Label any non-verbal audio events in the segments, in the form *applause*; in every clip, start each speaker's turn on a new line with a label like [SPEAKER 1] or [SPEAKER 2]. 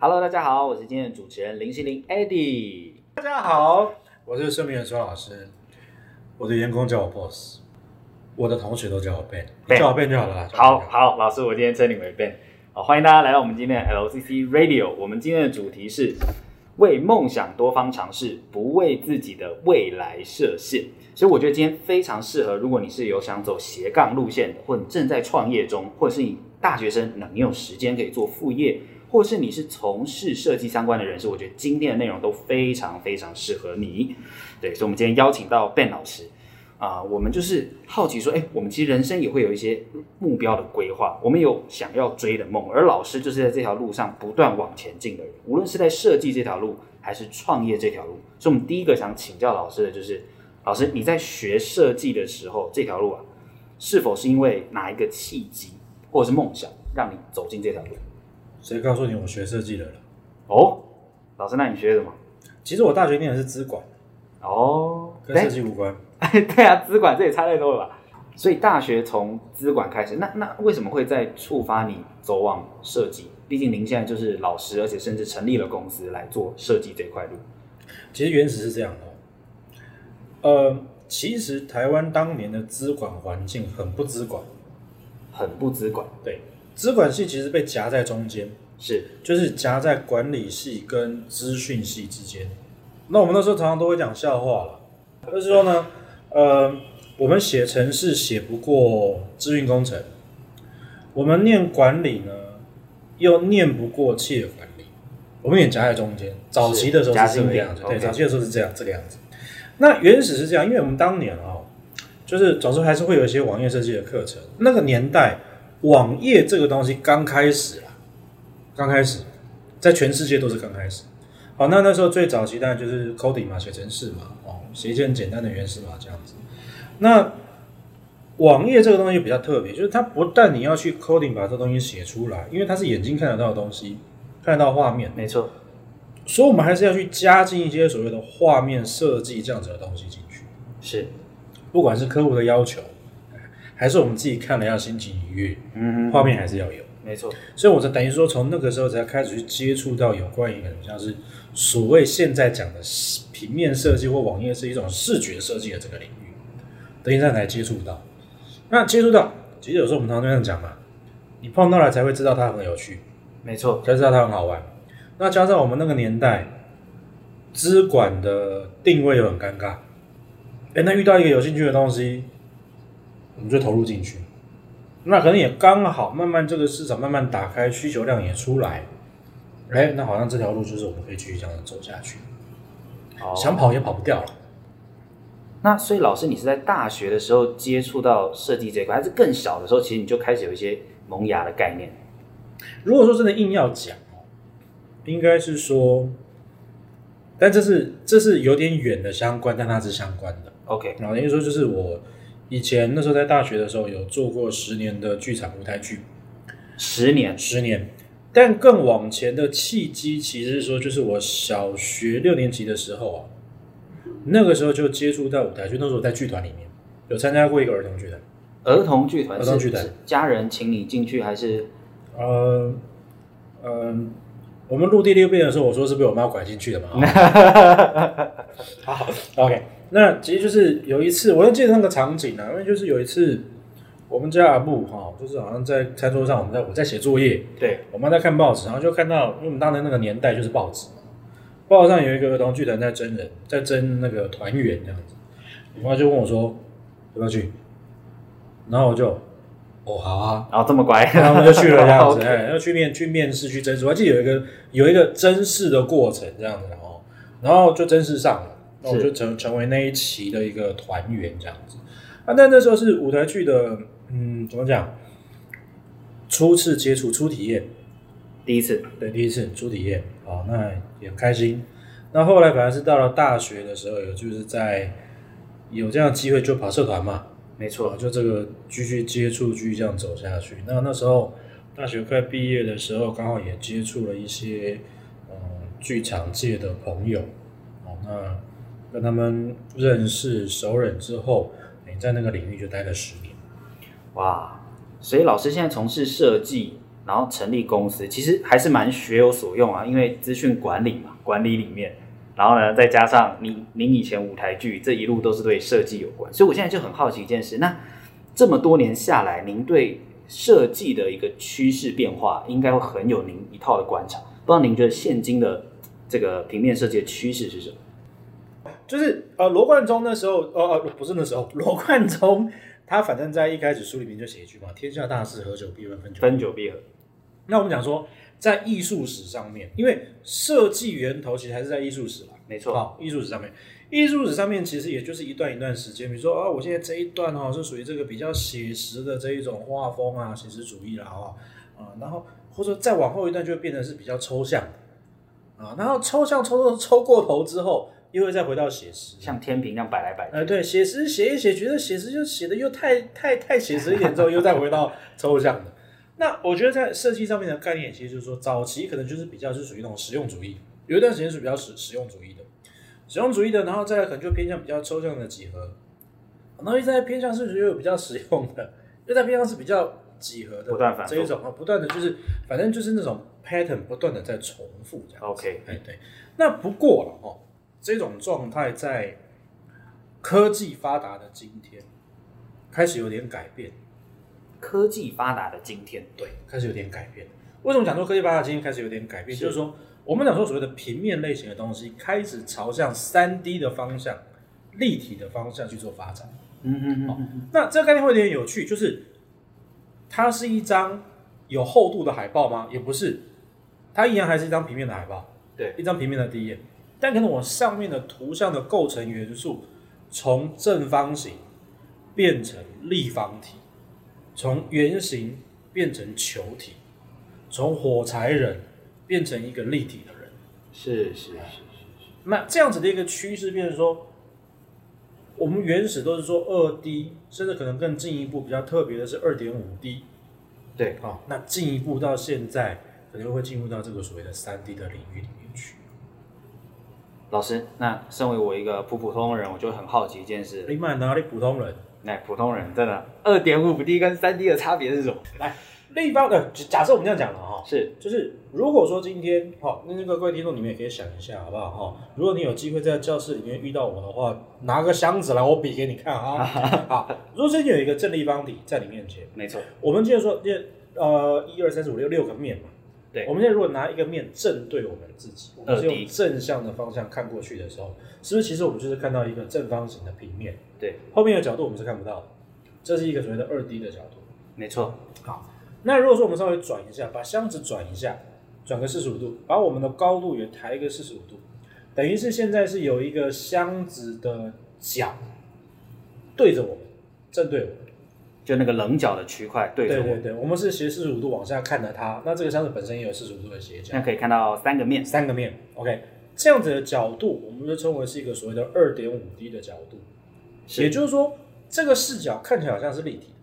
[SPEAKER 1] Hello，大家好，我是今天的主持人林心凌 Eddie。
[SPEAKER 2] 大家好，我是孙明远孙老师，我的员工叫我 boss，我的同学都叫我 Ben，
[SPEAKER 1] Ben
[SPEAKER 2] 叫我 Ben 就好了啦。
[SPEAKER 1] 好
[SPEAKER 2] 叫我 Ben 就了，
[SPEAKER 1] 好，老师，我今天称你为 Ben。好，欢迎大家来到我们今天的 LCC Radio。我们今天的主题是为梦想多方尝试，不为自己的未来设限。所以我觉得今天非常适合，如果你是有想走斜杠路线的，或你正在创业中，或者是你大学生，那你有时间可以做副业，或是你是从事设计相关的人士，我觉得今天的内容都非常非常适合你。对，所以我们今天邀请到 Ben 老师。啊、我们就是好奇说，哎，我们其实人生也会有一些目标的规划，我们有想要追的梦，而老师就是在这条路上不断往前进的人，无论是在设计这条路，还是创业这条路。所以，我们第一个想请教老师的就是，老师你在学设计的时候，这条路啊，是否是因为哪一个契机或者是梦想让你走进这条路？
[SPEAKER 2] 谁告诉你我学设计的了？
[SPEAKER 1] 哦，老师，那你学什么？
[SPEAKER 2] 其实我大学念的是资管，
[SPEAKER 1] 哦，
[SPEAKER 2] 跟设计无关。
[SPEAKER 1] 哎， *laughs* 对啊，资管这也差太多了吧？所以大学从资管开始，那那为什么会再触发你走往设计？毕竟您现在就是老师，而且甚至成立了公司来做设计这块路。
[SPEAKER 2] 其实原始是这样的哦，呃，其实台湾当年的资管环境很不资管，
[SPEAKER 1] 很不资管，
[SPEAKER 2] 对，资管系其实被夹在中间，
[SPEAKER 1] 是
[SPEAKER 2] 就是夹在管理系跟资讯系之间。那我们那时候常常都会讲笑话了，就是说呢，呃，我们写程式写不过资讯工程，我们念管理呢又念不过企业管理，我们也夹在中间。早期的时候
[SPEAKER 1] 夹
[SPEAKER 2] 是这
[SPEAKER 1] 心
[SPEAKER 2] 个
[SPEAKER 1] 饼
[SPEAKER 2] 样子，对，
[SPEAKER 1] OK
[SPEAKER 2] 早期的时候是这样这个样子。那原始是这样，因为我们当年哦，就是总是还是会有一些网页设计的课程。那个年代，网页这个东西刚开始啦，刚开始，在全世界都是刚开始。好，那那时候最早期当然就是 coding 嘛，写程式嘛，哦，写一些很简单的原始码这样子。那网页这个东西比较特别，就是它不但你要去 coding 把这东西写出来，因为它是眼睛看得到的东西，看得到画面，
[SPEAKER 1] 没错，
[SPEAKER 2] 所以我们还是要去加进一些所谓的画面设计这样子的东西进去。
[SPEAKER 1] 是，
[SPEAKER 2] 不管是客户的要求，还是我们自己看了要心情愉悦，
[SPEAKER 1] 嗯
[SPEAKER 2] 画面还是要有。
[SPEAKER 1] 没错，
[SPEAKER 2] 所以我才等于说，从那个时候才开始去接触到有关于可能像是所谓现在讲的平面设计或网页是一种视觉设计的这个领域，等于这样才接触到。那接触到，其实有时候我们常常这样讲嘛，你碰到了才会知道它很有趣，
[SPEAKER 1] 没错，
[SPEAKER 2] 才知道它很好玩。那加上我们那个年代，资管的定位又很尴尬，哎，那遇到一个有兴趣的东西，我们就投入进去。那可能也刚好，慢慢这个市场慢慢打开，需求量也出来，哎，那好像这条路就是我们可以继续这样子走下去，
[SPEAKER 1] 哦
[SPEAKER 2] 想跑也跑不掉了。
[SPEAKER 1] 那所以老师，你是在大学的时候接触到设计这一块，还是更小的时候，其实你就开始有一些萌芽的概念？
[SPEAKER 2] 如果说真的硬要讲哦，应该是说，但这是这是有点远的相关，但它是相关的。
[SPEAKER 1] OK，
[SPEAKER 2] 然后等于说就是我以前那时候在大学的时候有做过十年的剧场舞台剧，
[SPEAKER 1] 十年
[SPEAKER 2] 十年。但更往前的契机，其实是说就是我小学六年级的时候啊，那个时候就接触到舞台剧，那时候我在剧团里面有参加过一个儿童剧团，
[SPEAKER 1] 儿童剧团
[SPEAKER 2] 儿
[SPEAKER 1] 是
[SPEAKER 2] 童剧团
[SPEAKER 1] 是家人请你进去还是
[SPEAKER 2] 呃，嗯，我们录第六遍的时候，我说是被我妈拐进去的嘛。好好，OK。那其实就是有一次，我要记得那个场景啊，因为就是有一次，我们家阿布哈、就是好像在餐桌上，我们在我在写作业，
[SPEAKER 1] *laughs* 对
[SPEAKER 2] 我妈在看报纸，然后就看到，因为我们当年那个年代就是报纸嘛，报纸上有一个儿童剧团在真人，在争那个团员这样子。我妈就问我说要不要去，然后我就哦好啊，
[SPEAKER 1] 然后这么乖，
[SPEAKER 2] *laughs* 然后我们就去了这
[SPEAKER 1] *laughs*
[SPEAKER 2] 样子，
[SPEAKER 1] OK
[SPEAKER 2] 哎，要去面去面试去甄试，我还记得有一个有一个甄试的过程这样子，然后然后就甄试上了，那我
[SPEAKER 1] 是
[SPEAKER 2] 就成成为那一期的一个团员这样子。啊，但那时候是舞台剧的，嗯，怎么讲？初次接触、初体验，
[SPEAKER 1] 第一次
[SPEAKER 2] 对，第一次初体验，好，那也很开心。那后来反而是到了大学的时候，有就是在有这样的机会就跑社团嘛，
[SPEAKER 1] 没
[SPEAKER 2] 我
[SPEAKER 1] 错，
[SPEAKER 2] 就这个继续接触，继续这样走下去。那那时候大学快毕业的时候，刚好也接触了一些嗯剧场界的朋友，哦，那跟他们认识熟人之后，哎，你在那个领域就待了十年。
[SPEAKER 1] 哇，所以老师现在从事设计，然后成立公司，其实还是蛮学有所用啊，因为资讯管理嘛，管理里面，然后呢，再加上您您以前舞台剧这一路都是对设计有关，所以我现在就很好奇一件事，那这么多年下来，您对设计的一个趋势变化，应该会很有您一套的观察，不知道您觉得现今的这个平面设计的趋势是什么？
[SPEAKER 2] 就是呃，罗贯中那时候，呃呃，不是那时候， *laughs* 罗贯中他反正在一开始书里面就写一句嘛：“天下大事，合久必分，分久必合
[SPEAKER 1] 分久必合，
[SPEAKER 2] 那我们讲说，在艺术史上面，因为设计源头其实还是在艺术史啦。
[SPEAKER 1] 没错，
[SPEAKER 2] 好，艺术史上面，艺术史上面其实也就是一段一段时间，比如说啊，我现在这一段哦是属于这个比较写实的这一种画风啊，写实主义啦，好不好？啊、然后或者说再往后一段就会变成是比较抽象的啊，然后抽象抽抽抽过头之后，又会再回到写实。
[SPEAKER 1] 像天平那样摆来摆去，
[SPEAKER 2] 呃，对，写诗写一写，觉得写诗就写的又太太太写实一点，之后又再回到抽象的。那我觉得在设计上面的概念，其实就是说，早期可能就是比较是属于那种实用主义，有一段时间是比较实实用主义的，实用主义的，然后再来可能就偏向比较抽象的几何，然后又在偏向是又有比较实用的，又在偏向是比较几何的
[SPEAKER 1] 不断反复
[SPEAKER 2] 这一种啊，不断的就是反正就是那种 pattern 不断的在重复这样子。
[SPEAKER 1] OK
[SPEAKER 2] 哎对，那不过了哦，这种状态在科技发达的今天开始有点改变，
[SPEAKER 1] 科技发达的今天，
[SPEAKER 2] 对，开始有点改变。为什么讲说科技发达今天开始有点改变？
[SPEAKER 1] 是
[SPEAKER 2] 就是说，我们讲说所谓的平面类型的东西开始朝向三 D 的方向、立体的方向去做发展。哦
[SPEAKER 1] 嗯嗯嗯嗯，
[SPEAKER 2] 那这个概念会有点有趣，就是它是一张有厚度的海报吗？也不是，它一样还是一张平面的海报，
[SPEAKER 1] 对
[SPEAKER 2] 一张平面的第一页，但可能我上面的图像的构成元素从正方形变成立方体，从圆形变成球体，从火柴人变成一个立体的人。
[SPEAKER 1] 是是是是，
[SPEAKER 2] 那这样子的一个趋势，变成说，我们原始都是说二 D，甚至可能更进一步，比较特别的是二点五 D。
[SPEAKER 1] 对，
[SPEAKER 2] 好，那进一步到现在，可能会进入到这个所谓的三 D 的领域里面去。
[SPEAKER 1] 老师，那身为我一个普普通人，我就很好奇一件事，
[SPEAKER 2] 你买哪里普通人？
[SPEAKER 1] 那普通人真的二点五 D 跟三 D 的差别是什么？
[SPEAKER 2] 来，另一方呃，假设我们这样讲了哈，
[SPEAKER 1] 是
[SPEAKER 2] 就是如果说今天好，那那个各位听众，你们也可以想一下，好不好哈？如果你有机会在教室里面遇到我的话，拿个箱子来，我比给你看啊。好，如果今天有一个正立方体在你面前。
[SPEAKER 1] 没错，
[SPEAKER 2] 我们今天说，这呃，一二三四五六六个面嘛。
[SPEAKER 1] 对
[SPEAKER 2] 我们现在如果拿一个面正对我们自己，我们是
[SPEAKER 1] 二 D
[SPEAKER 2] 用正向的方向看过去的时候，是不是其实我们就是看到一个正方形的平面，
[SPEAKER 1] 对，
[SPEAKER 2] 后面的角度我们是看不到的，这是一个所谓的二 D 的角度。
[SPEAKER 1] 没错，
[SPEAKER 2] 好，那如果说我们稍微转一下，把箱子转一下，转个四十五度，把我们的高度也抬一个四十五度，等于是现在是有一个箱子的角对着我们，正对我们。
[SPEAKER 1] 就那个棱角的区块对着
[SPEAKER 2] 对
[SPEAKER 1] 我，
[SPEAKER 2] 对对，我们是斜四十五度往下看的它，那这个箱子本身也有四十五度的斜角
[SPEAKER 1] 那，可以看到三个面。
[SPEAKER 2] 三个面，OK，这样子的角度，我们就称为是一个所谓的二点五 D 的角度，
[SPEAKER 1] 是
[SPEAKER 2] 也就是说，这个视角看起来好像是立体，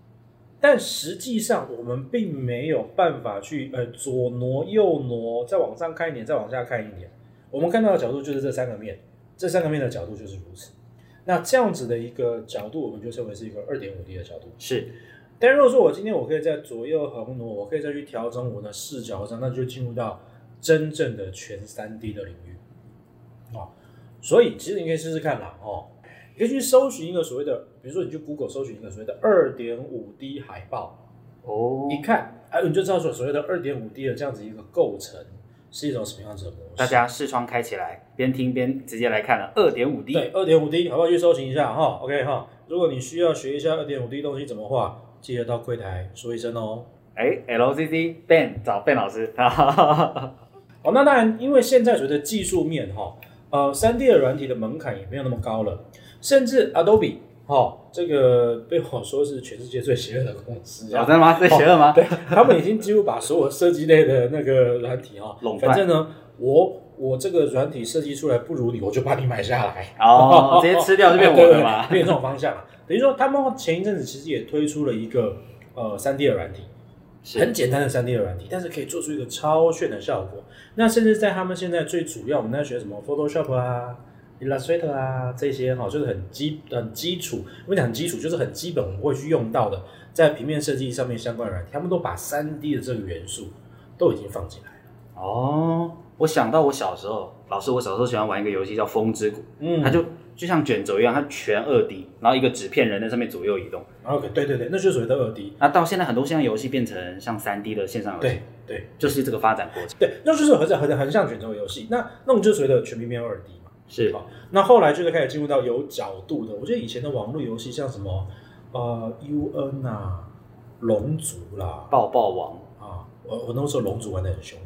[SPEAKER 2] 但实际上我们并没有办法去呃左挪右挪，再往上看一点，再往下看一点，我们看到的角度就是这三个面，这三个面的角度就是如此。那这样子的一个角度，我们就称为是一个二点五 D 的角度。
[SPEAKER 1] 是
[SPEAKER 2] 但如果说我今天我可以在左右横挪，我可以再去调整我的视角上，那就进入到真正的全三 D 的领域啊。所以其实你可以试试看啦哦，你可以去搜寻一个所谓的，比如说你去 Google 搜寻一个所谓的二点五 D 海报，
[SPEAKER 1] 哦，
[SPEAKER 2] 一看哎、你就知道说所谓的二点五 D 的这样子一个构成是一种什么样子的模式。
[SPEAKER 1] 大家视窗开起来，边听边直接来看了二点五 D。
[SPEAKER 2] 对，二点五 D 好不好？去搜寻一下哈，OK 哈。如果你需要学一下二点五 D 东西怎么画，记得到柜台说一声哦。
[SPEAKER 1] 哎，LCC Ben 找 Ben 老师， *laughs* 哈哈哈哈
[SPEAKER 2] 哦，那当然，因为现在随着技术面哈，呃，三 D 的软体的门槛也没有那么高了，甚至 Adobe 哈、这个被我说是全世界最邪恶的公司
[SPEAKER 1] 哦真
[SPEAKER 2] 啊， *laughs*
[SPEAKER 1] 的吗？最邪恶吗？
[SPEAKER 2] 对，他们已经几乎把所有设计类的那个软体哈、
[SPEAKER 1] 垄断
[SPEAKER 2] 反正呢，我我这个软体设计出来不如你，我就把你买下来，
[SPEAKER 1] 哦，直接吃掉就变 *laughs* 我的嘛。
[SPEAKER 2] 对对对变这种方向了。 *laughs* 等于说，他们前一阵子其实也推出了一个呃三 D 的软体，很
[SPEAKER 1] 是
[SPEAKER 2] 简单的三 D 的软体，但是可以做出一个超炫的效果。那甚至在他们现在最主要，我们在学什么 Photoshop 啊， Illustrator 啊这些哈，就是很基很基础，我跟你讲很基础，就是很基本我们会去用到的，在平面设计上面相关的软体，他们都把三 D 的这个元素都已经放进来了。
[SPEAKER 1] 哦，我想到我小时候，老师，我小时候喜欢玩一个游戏叫《风之谷》，
[SPEAKER 2] 嗯
[SPEAKER 1] 它就就像卷轴一样，它全二 D，然后一个纸片人在上面左右移动。
[SPEAKER 2] OK，对对对，那就是所谓的二 D。
[SPEAKER 1] 那到现在很多线上游戏变成像三 D 的线上游戏
[SPEAKER 2] 对，对
[SPEAKER 1] 就是这个发展过程。
[SPEAKER 2] 对，那就是横向横横向卷轴游戏，那那我们就是所谓的全平面二 D 嘛。
[SPEAKER 1] 是
[SPEAKER 2] 好，那后来就是开始进入到有角度的。我记得以前的网络游戏像什么呃 UN 啊、龙族啦
[SPEAKER 1] 抱抱王，
[SPEAKER 2] 啊，我我那时候龙族玩的很凶。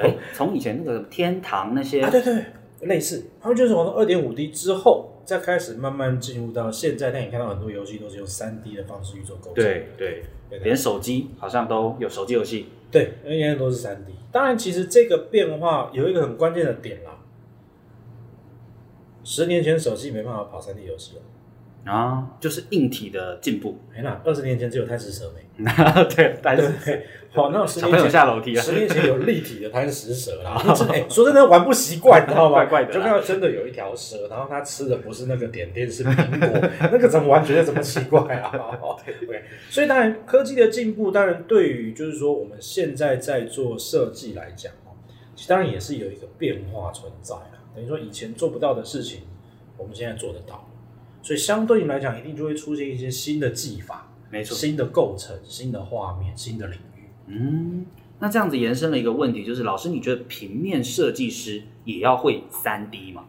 [SPEAKER 1] 哎，从以前那个天堂那些
[SPEAKER 2] 哦啊，对对，对类似，他们就是从二点五 D 之后，再开始慢慢进入到现在。那你看到很多游戏都是用三 D 的方式去做构建，
[SPEAKER 1] 对对，
[SPEAKER 2] 对
[SPEAKER 1] 连
[SPEAKER 2] 对
[SPEAKER 1] 手机好像都有手机游戏。
[SPEAKER 2] 对，因为现在都是三 D。当然，其实这个变化有一个很关键的点啦，十年前手机没办法跑三 D 游戏了，
[SPEAKER 1] 啊，就是硬体的进
[SPEAKER 2] *laughs*
[SPEAKER 1] 步，
[SPEAKER 2] 哎那二十年前只有贪食蛇没，
[SPEAKER 1] 对，但
[SPEAKER 2] 对
[SPEAKER 1] 是
[SPEAKER 2] 对，好，那十
[SPEAKER 1] 小
[SPEAKER 2] 年
[SPEAKER 1] 朋友
[SPEAKER 2] 前
[SPEAKER 1] 下楼梯了啊哦
[SPEAKER 2] 十，年前有立体的贪食
[SPEAKER 1] *laughs*
[SPEAKER 2] 蛇啦，哎，说真的玩不习惯，你知道吗？
[SPEAKER 1] 怪怪的啦
[SPEAKER 2] 就看到真的有一条蛇，然后它吃的不是那个点点，是苹果，那个怎么玩觉得怎么奇怪
[SPEAKER 1] *laughs*
[SPEAKER 2] 啊 *laughs* ？OK，所以当然科技的进步，当然对于就是说我们现在在做设计来讲哦，其实当然也是有一个变化存在啦。等于说以前做不到的事情，我们现在做得到，所以相对应来讲，一定就会出现一些新的技法、
[SPEAKER 1] 没错。
[SPEAKER 2] 新的构成、新的画面、新的领域。
[SPEAKER 1] 嗯，那这样子延伸了一个问题，就是老师，你觉得平面设计师也要会三 D 吗？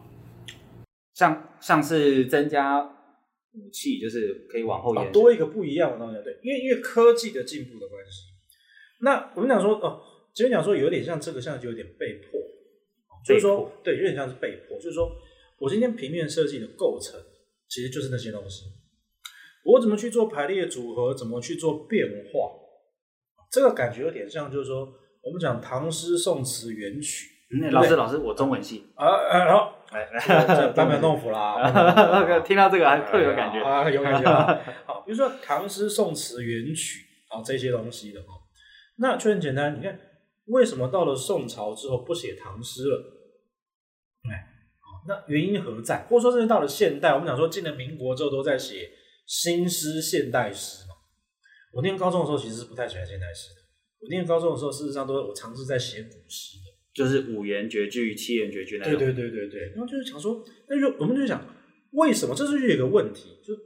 [SPEAKER 1] 像像是增加武器，就是可以往后延，
[SPEAKER 2] 啊
[SPEAKER 1] 伸。
[SPEAKER 2] 多一个不一样的东西，对，因为因为科技的进步的关系，那我们讲说哦，其实讲说有点像这个，像就有点被迫，就是
[SPEAKER 1] 哦被
[SPEAKER 2] 说对，有点像是被迫，就是说我今天平面设计的构成其实就是那些东西，我怎么去做排列组合，怎么去做变化，这个感觉有点像，就是说我们讲唐诗宋词元曲
[SPEAKER 1] 嗯老师老师，我中文系， *laughs*
[SPEAKER 2] 啊啊，然后
[SPEAKER 1] 哎，
[SPEAKER 2] 班门弄斧啦，
[SPEAKER 1] *laughs*
[SPEAKER 2] 啊
[SPEAKER 1] 听到这个还特别有感觉。
[SPEAKER 2] 啊，有感
[SPEAKER 1] *laughs*
[SPEAKER 2] 觉啊。好，比如说唐诗、宋词、元曲啊这些东西的哦，那就很简单。你看，为什么到了宋朝之后不写唐诗了？哎，好那原因何在？或者说，甚至到了现代，我们讲说进了民国之后都在写新诗、现代诗嘛。我念高中的时候其实是不太喜欢现代诗的，我念高中的时候事实上都是我尝试在写古诗的。
[SPEAKER 1] 就是五言绝句、七言绝句那
[SPEAKER 2] 对
[SPEAKER 1] 种，
[SPEAKER 2] 对对对对，然后就是想说，那就我们就想，为什么这就是有一个问题，就是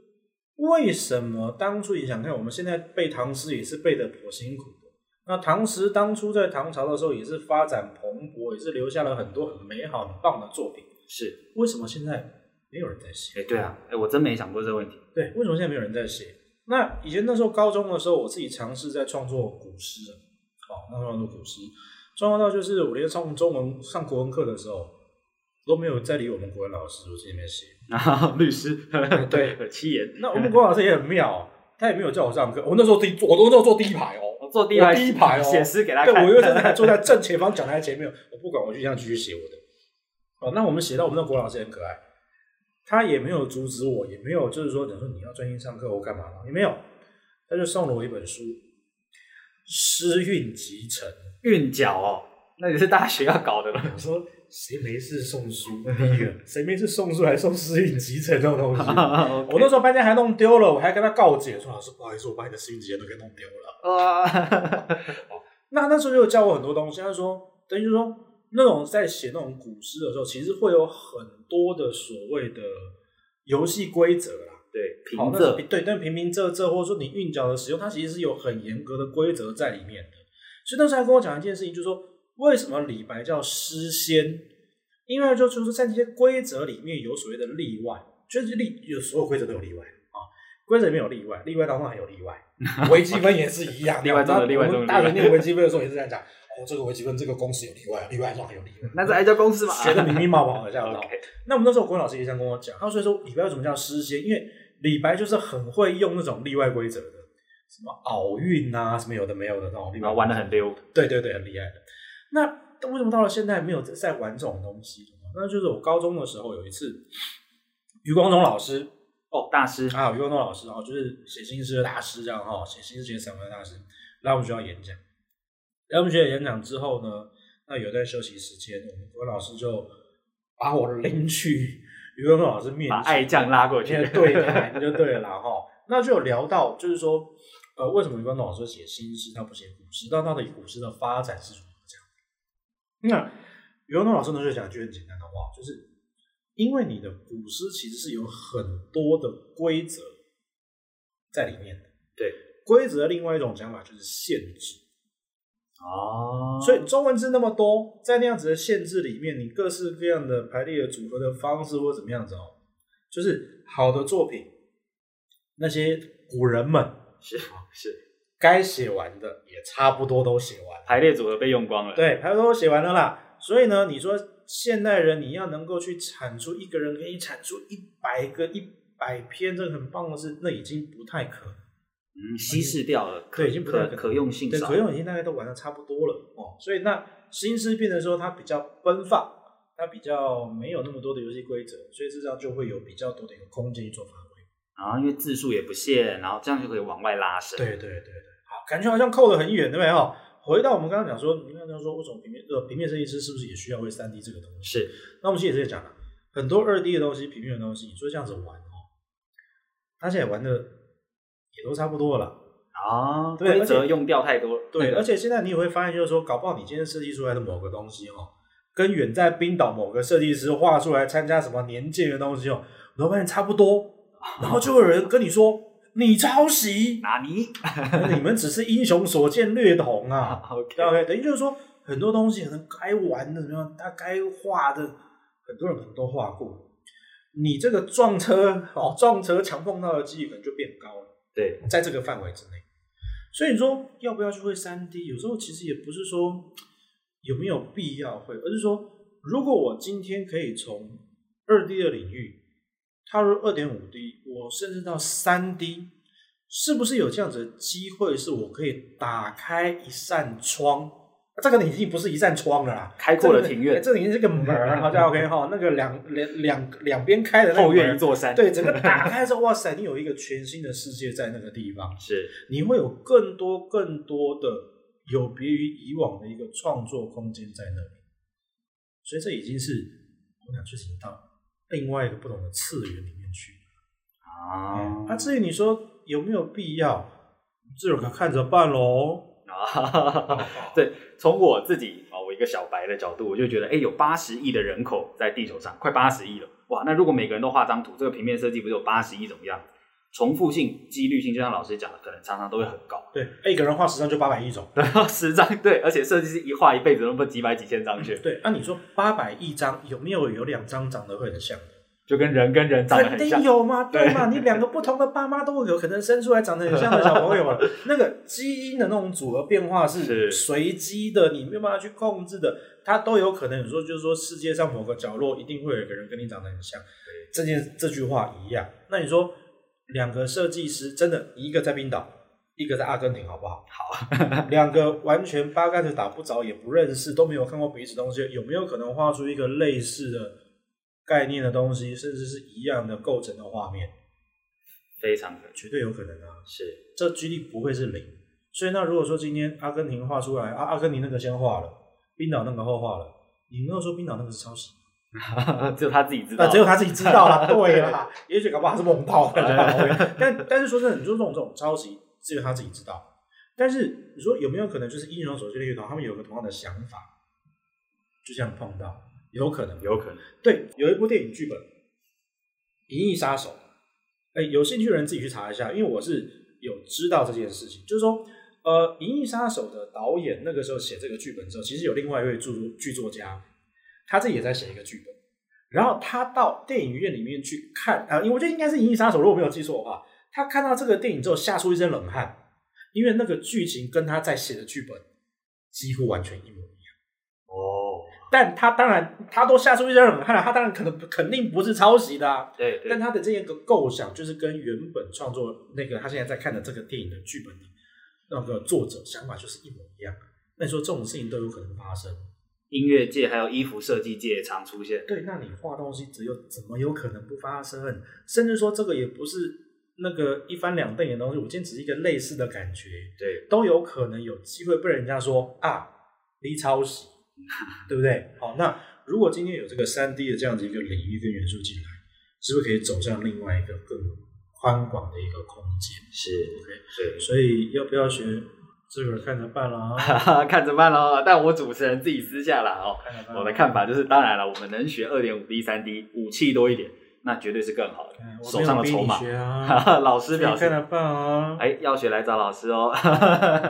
[SPEAKER 2] 为什么当初你想看，我们现在背唐诗也是背的颇辛苦的。那唐诗当初在唐朝的时候也是发展蓬勃，也是留下了很多很美好、很棒的作品。
[SPEAKER 1] 是，
[SPEAKER 2] 为什么现在没有人在写？
[SPEAKER 1] 哎，对啊，哎，我真没想过这个问题。 *laughs*
[SPEAKER 2] 对，为什么现在没有人在写？那以前那时候高中的时候，我自己尝试在创作古诗，哦，那时候创作古诗，创作到就是我连上中文、上国文课的时候都没有在理我们国文老师，我自己没写。
[SPEAKER 1] 然后律师，
[SPEAKER 2] 哎
[SPEAKER 1] *laughs*
[SPEAKER 2] 对，
[SPEAKER 1] 七言，
[SPEAKER 2] 那我们国文老师也很妙，他也没有叫我上课，我那时候第一，我都那时候坐第一排哦。
[SPEAKER 1] 我坐第一排，
[SPEAKER 2] 我第一排哦
[SPEAKER 1] 写诗给他
[SPEAKER 2] 对，
[SPEAKER 1] 看。
[SPEAKER 2] 我又在那坐在正前方讲台前面，我不管，我就这样继续写我的。哦，那我们写到我们的国老师很可爱，他也没有阻止我，也没有就是说等于说你要专心上课或干嘛了，也没有，他就送了我一本书《诗韵集成》。
[SPEAKER 1] 韵脚哦，那也是大学要搞的
[SPEAKER 2] *laughs*
[SPEAKER 1] 了。
[SPEAKER 2] 我说谁没事送书？ *laughs* 第一个，谁没事送书还送《诗韵集成》这种东西？我那时候搬家还弄丢了，我还跟他告解说：“老师，不好意思，我把你的《诗韵集成》都给弄丢了。”
[SPEAKER 1] *laughs* 哇， *laughs*
[SPEAKER 2] 那那时候就教我很多东西，他说，等于就是说那种在写那种古诗的时候，其实会有很多的所谓的游戏规则啦。
[SPEAKER 1] 对，
[SPEAKER 2] 好
[SPEAKER 1] 平
[SPEAKER 2] 那是
[SPEAKER 1] 仄
[SPEAKER 2] 平对，但平平仄仄或者说你韵脚的使用，它其实是有很严格的规则在里面的。所以那时候还跟我讲一件事情，就是说为什么李白叫诗仙，因为就就是在这些规则里面有所谓的例外，就是例有所有规则都有例外啊，规则里面有例外，例外当中还有例外，
[SPEAKER 1] *laughs*
[SPEAKER 2] 微积分也是一样的。
[SPEAKER 1] 例外中的
[SPEAKER 2] 我们
[SPEAKER 1] 例外中的
[SPEAKER 2] 我们大
[SPEAKER 1] 例
[SPEAKER 2] 学
[SPEAKER 1] 外
[SPEAKER 2] 念微积分的时候也是这样讲，哦，这个微积分这个公式有例外，例外中还有例外，
[SPEAKER 1] 那 *laughs* 是爱叫公式吧？
[SPEAKER 2] 学的明明白白的，这样子。
[SPEAKER 1] OK，
[SPEAKER 2] 那我们那时候国文老师也想跟我讲，他所以说李白为什么叫诗仙？因为李白就是很会用那种例外规则的，什么拗韵啊，什么有的没有的那种例
[SPEAKER 1] 然
[SPEAKER 2] 外，
[SPEAKER 1] 后玩的很溜。
[SPEAKER 2] 对对对，很厉害的。那为什么到了现在没有在玩这种东西了呢？那就是我高中的时候有一次，余光中老师
[SPEAKER 1] 哦，大
[SPEAKER 2] *laughs*
[SPEAKER 1] 师，
[SPEAKER 2] 啊，余光中老师哦，就是写新诗的大师这样哈、哦，写新诗写散文的大师，来我们学校演讲。来我们学校演讲之后呢，那有一段休息时间，我们国文老师就把我拎去语文老师面
[SPEAKER 1] 把
[SPEAKER 2] 前
[SPEAKER 1] 爱将拉过去
[SPEAKER 2] 面。对谈就对了哈。那就有聊到，就是说，呃，为什么余光老师写新诗，他不写古诗？那他的古诗的发展是如何这样？那余光老师呢，就讲一句很简单的话，就是因为你的古诗其实是有很多的规则在里面的。
[SPEAKER 1] 对，
[SPEAKER 2] 规则的另外一种讲法就是限制。
[SPEAKER 1] *laughs* 哦
[SPEAKER 2] 所以中文字那么多，在那样子的限制里面，你各式各样的排列的组合的方式或怎么样子哦，就是好的作品，那些古人们
[SPEAKER 1] 是是
[SPEAKER 2] 该写完的也差不多都写完了，
[SPEAKER 1] 排列组合被用光了。
[SPEAKER 2] 对，排都写完了啦。所以呢，你说现代人你要能够去产出一个人可以产出一百个一百篇，这个很棒的事，那已经不太可能。
[SPEAKER 1] 嗯，稀释掉了，可
[SPEAKER 2] 对，已经不太
[SPEAKER 1] 可可用性
[SPEAKER 2] 对，
[SPEAKER 1] 少
[SPEAKER 2] 可用已经大概都玩的差不多了哦。所以那新诗变成说它比较奔放，它比较没有那么多的游戏规则，所以这样就会有比较多的一个空间去做发挥。
[SPEAKER 1] 然后因为字数也不限，然后这样就可以往外拉伸。
[SPEAKER 2] 对对对对，好，感觉好像扣得很远，对不对哈？回到我们刚刚讲说，你刚刚说为什么平面呃平面设计师是不是也需要会三 D 这个东西？
[SPEAKER 1] 是，
[SPEAKER 2] 那我们现在也讲了很多二 D 的东西、平面的东西，你说这样子玩哦，他现在玩的也都差不多了啦。
[SPEAKER 1] 啊，
[SPEAKER 2] 对
[SPEAKER 1] 规
[SPEAKER 2] 而
[SPEAKER 1] 则
[SPEAKER 2] 且
[SPEAKER 1] 用掉太多。
[SPEAKER 2] 对，
[SPEAKER 1] 那个
[SPEAKER 2] 哎而且现在你也会发现，就是说，搞不好你今天设计出来的某个东西哦，跟远在冰岛某个设计师画出来参加什么年鉴的东西哦，你会发现差不多，然后就有人跟你说你抄袭，
[SPEAKER 1] 拿 *laughs* 泥。
[SPEAKER 2] 你们只是英雄所见略
[SPEAKER 1] *laughs*
[SPEAKER 2] 同啊，
[SPEAKER 1] OK，
[SPEAKER 2] 对不对？等于就是说，很多东西可能该玩的怎么样，他该画的，很多人可能都画过。你这个撞车哦，撞车强碰到的几率可能就变高了。
[SPEAKER 1] 对，
[SPEAKER 2] 在这个范围之内。所以你说要不要去会三 D？有时候其实也不是说有没有必要会，而是说如果我今天可以从二 D 的领域踏入二点五 D，我甚至到三 D，是不是有这样子的机会，是我可以打开一扇窗？啊这个已经不是一扇窗了啦，
[SPEAKER 1] 开阔了庭院
[SPEAKER 2] 这个这个已经是个门儿，好像 OK 哈，那个两两两两边开的那个
[SPEAKER 1] 后院
[SPEAKER 2] 门
[SPEAKER 1] 一座山。，
[SPEAKER 2] 对，整个打开之后，哇塞，你有一个全新的世界在那个地方，
[SPEAKER 1] *laughs* 是
[SPEAKER 2] 你会有更多更多的有别于以往的一个创作空间在那里，所以这已经是我想去行到另外一个不同的次元里面去。
[SPEAKER 1] 啊
[SPEAKER 2] 那、至于你说有没有必要，这有个看着办喽。哦
[SPEAKER 1] 啊，对，从我自己啊，我一个小白的角度，我就觉得，哎，有八十亿的人口在地球上，快八十亿了，哇，那如果每个人都画张图，这个平面设计不是有八十亿种样子？重复性、几率性，就像老师讲的，可能常常都会很高。
[SPEAKER 2] 对，一个人画十张就八百亿种。
[SPEAKER 1] 然后十张，对，而且设计师一画一辈子，那么几百几千张去，
[SPEAKER 2] 对，那、你说八百亿张有没有有两张长得会很像？
[SPEAKER 1] 就跟人跟人长得
[SPEAKER 2] 肯
[SPEAKER 1] 很
[SPEAKER 2] 定
[SPEAKER 1] 像。
[SPEAKER 2] 有嘛，对嘛？你两个不同的爸妈都有可能生出来长得很像的小
[SPEAKER 1] *laughs*
[SPEAKER 2] 朋友了。那个基因的那种组合变化是
[SPEAKER 1] 是
[SPEAKER 2] 随机的，你没有办法去控制的，它都有可能。有时候就是说，世界上某个角落一定会有一个人跟你长得很像。这件这句话一样。那你说两个设计师真的一个在冰岛，一个在阿根廷，好不好？好，两个完全八竿子打不着，也不认识，都没有看过彼此东西，有没有可能画出一个类似的概念的东西，甚至是一样的构成的画面？
[SPEAKER 1] 非常的
[SPEAKER 2] 绝对有可能啊！
[SPEAKER 1] 是
[SPEAKER 2] 这几率不会是零。所以那如果说今天阿根廷画出来，啊，阿根廷那个先画了，冰岛那个后画了，你没有说冰岛那个是抄袭，
[SPEAKER 1] 只有他自己知道。
[SPEAKER 2] 那啊只有他自己知道啦， *laughs* 对啦，哎也许搞不好他是梦到的啦。但但是说真的，你说这种这种抄袭，只有他自己知道。但是你说有没有可能就是英雄所见略同，他们有个同样的想法，就这样碰到，有可能。
[SPEAKER 1] 有可能
[SPEAKER 2] 对，有一部电影剧本《银翼杀手》，哎，有兴趣的人自己去查一下，因为我是有知道这件事情，就是说。呃，《银翼杀手》的导演那个时候写这个剧本之后，其实有另外一位著剧作家，他自己也在写一个剧本。然后他到电影院里面去看啊，因为我觉得应该是《银翼杀手》，如果没有记错的话，他看到这个电影之后吓出一身冷汗，因为那个剧情跟他在写的剧本几乎完全一模一样。
[SPEAKER 1] 哦，
[SPEAKER 2] 但他当然，他都吓出一身冷汗了，他当然可能不肯定不是抄袭的、啊，
[SPEAKER 1] 对对
[SPEAKER 2] 但他的这一个构想就是跟原本创作那个他现在在看的这个电影的剧本的那个作者想法就是一模一样。啊那你说这种事情都有可能发生，
[SPEAKER 1] 音乐界还有衣服设计界也常出现。
[SPEAKER 2] 对，那你画东西只有怎么有可能不发生？甚至说这个也不是那个一翻两瞪眼的东西，我今天只是一个类似的感觉，
[SPEAKER 1] 对，
[SPEAKER 2] 都有可能有机会被人家说啊，你
[SPEAKER 1] *laughs*
[SPEAKER 2] 抄袭，对不对？好，那如果今天有这个三 D 的这样子一个领域跟元素进来，是不是可以走向另外一个更宽广的一个空间
[SPEAKER 1] 是，
[SPEAKER 2] ？OK，
[SPEAKER 1] 对，
[SPEAKER 2] 所以要不要学，这个看着办啊
[SPEAKER 1] *laughs*
[SPEAKER 2] 啦，
[SPEAKER 1] 看着办喽。但我主持人自己私下啦哦，
[SPEAKER 2] 看着办。啊
[SPEAKER 1] 我的看法就是，当然了，我们能学二点五 D、三 D，武器多一点，那绝对是更好的。
[SPEAKER 2] 哎我没有
[SPEAKER 1] 手上的
[SPEAKER 2] 逼你
[SPEAKER 1] 筹码，
[SPEAKER 2] 学
[SPEAKER 1] *laughs*
[SPEAKER 2] 啊，
[SPEAKER 1] 老师表
[SPEAKER 2] 你
[SPEAKER 1] 示
[SPEAKER 2] 看着办啊。
[SPEAKER 1] 哎，要学来找老师哦。 *laughs*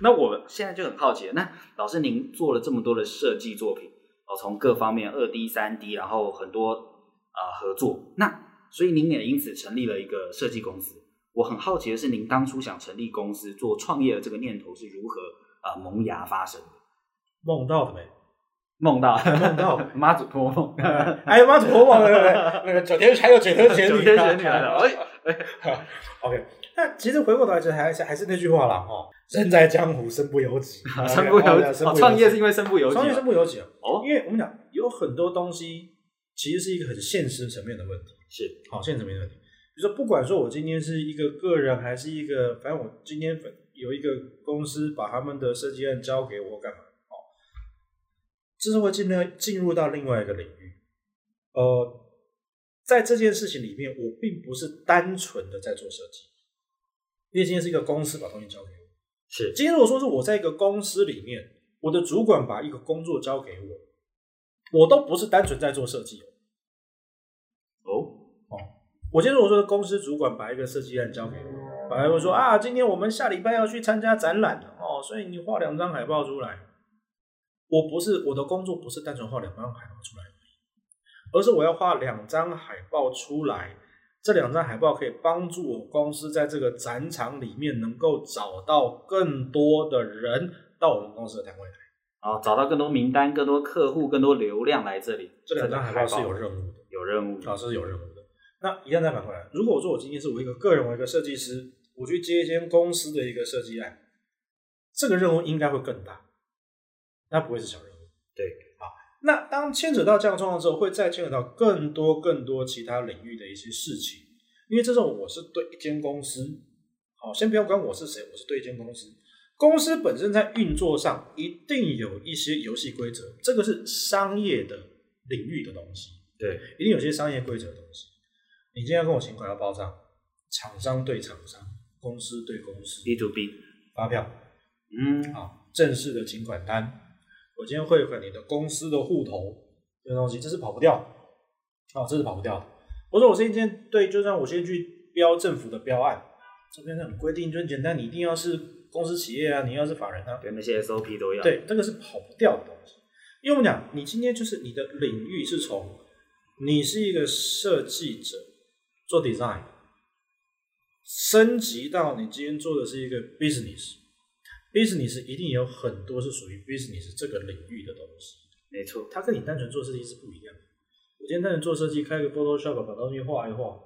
[SPEAKER 1] 那我现在就很好奇了，那老师您做了这么多的设计作品，哦，从各方面二 D、三 D，然后很多啊、呃合作，那所以您也因此成立了一个设计公司。我很好奇的是，您当初想成立公司做创业的这个念头是如何啊、呃萌芽发生的？
[SPEAKER 2] 梦到的呗，
[SPEAKER 1] 梦到
[SPEAKER 2] 梦到呗
[SPEAKER 1] 妈祖托梦，
[SPEAKER 2] *laughs* 哎妈，怎么忘了？对不对那个九天还有
[SPEAKER 1] *laughs*
[SPEAKER 2] 九天玄女啊，
[SPEAKER 1] 九天玄女来
[SPEAKER 2] *laughs*
[SPEAKER 1] 了，哎，
[SPEAKER 2] OK，那其实回过头来，其实还是还是那句话啦，哦，人在江湖身不
[SPEAKER 1] *laughs*
[SPEAKER 2] 由己，
[SPEAKER 1] 身不由己，哦创业是因
[SPEAKER 2] 为
[SPEAKER 1] 为身不由己吗，
[SPEAKER 2] 创业身不由己啊，
[SPEAKER 1] 哦，
[SPEAKER 2] 因为我们讲有很多东西其实是一个很现实层面的问题，
[SPEAKER 1] 是
[SPEAKER 2] 好，现实层面的问题，比如说不管说我今天是一个个人还是一个，反正我今天有一个公司把他们的设计案交给我干嘛，哦，这是会进到进入到另外一个领域，呃，在这件事情里面，我并不是单纯的在做设计，因为今天是一个公司把东西交给我。
[SPEAKER 1] 是
[SPEAKER 2] 今天如果说是我在一个公司里面，我的主管把一个工作交给我，我都不是单纯在做设计哦。
[SPEAKER 1] 哦，
[SPEAKER 2] 我今天如果说是公司主管把一个设计案交给我，本来会说啊，今天我们下礼拜要去参加展览哦，所以你画两张海报出来。我不是我的工作不是单纯画两张海报出来而已，而是我要画两张海报出来，这两张海报可以帮助我公司在这个展场里面能够找到更多的人到我们公司的摊位来。
[SPEAKER 1] 啊，找到更多名单、更多客户、更多流量来这里。
[SPEAKER 2] 这两张海报是有任
[SPEAKER 1] 务，
[SPEAKER 2] 务的。
[SPEAKER 1] 有任务
[SPEAKER 2] 老师是有任务的。那一样再反过来，如果我说我今天是我一个个人，我一个设计师，我去接一间公司的一个设计案，这个任务应该会更大，那不会是小任务。
[SPEAKER 1] 对，
[SPEAKER 2] 好，那当牵扯到这样的状况之后，会再牵扯到更多更多其他领域的一些事情，因为这种我是对一间公司，好，先不要管我是谁，我是对一间公司。公司本身在运作上一定有一些游戏规则，这个是商业的领域的东西。
[SPEAKER 1] 对，
[SPEAKER 2] 一定有些商业规则的东西。你今天要跟我请款要报账，厂商对厂商，公司对公司，
[SPEAKER 1] B to B，
[SPEAKER 2] 发票
[SPEAKER 1] 嗯，
[SPEAKER 2] 啊，正式的请款单，我今天汇款你的公司的户头，这个东西这是跑不掉的，啊，这是跑不掉的。我说我今天对，就算我先去标政府的标案，这边是很规定，就很简单，你一定要是公司企业啊，你要是法人啊，
[SPEAKER 1] 对，那些 SOP 都要。，
[SPEAKER 2] 对，这个是跑不掉的东西。因为我们讲，你今天就是你的领域是从你是一个设计者做 design，升级到你今天做的是一个 business。business 一定有很多是属于 business 这个领域的东西，
[SPEAKER 1] 没错，
[SPEAKER 2] 它跟你单纯做设计是不一样的。我今天单纯做设计，开个 Photoshop 把东西画一画。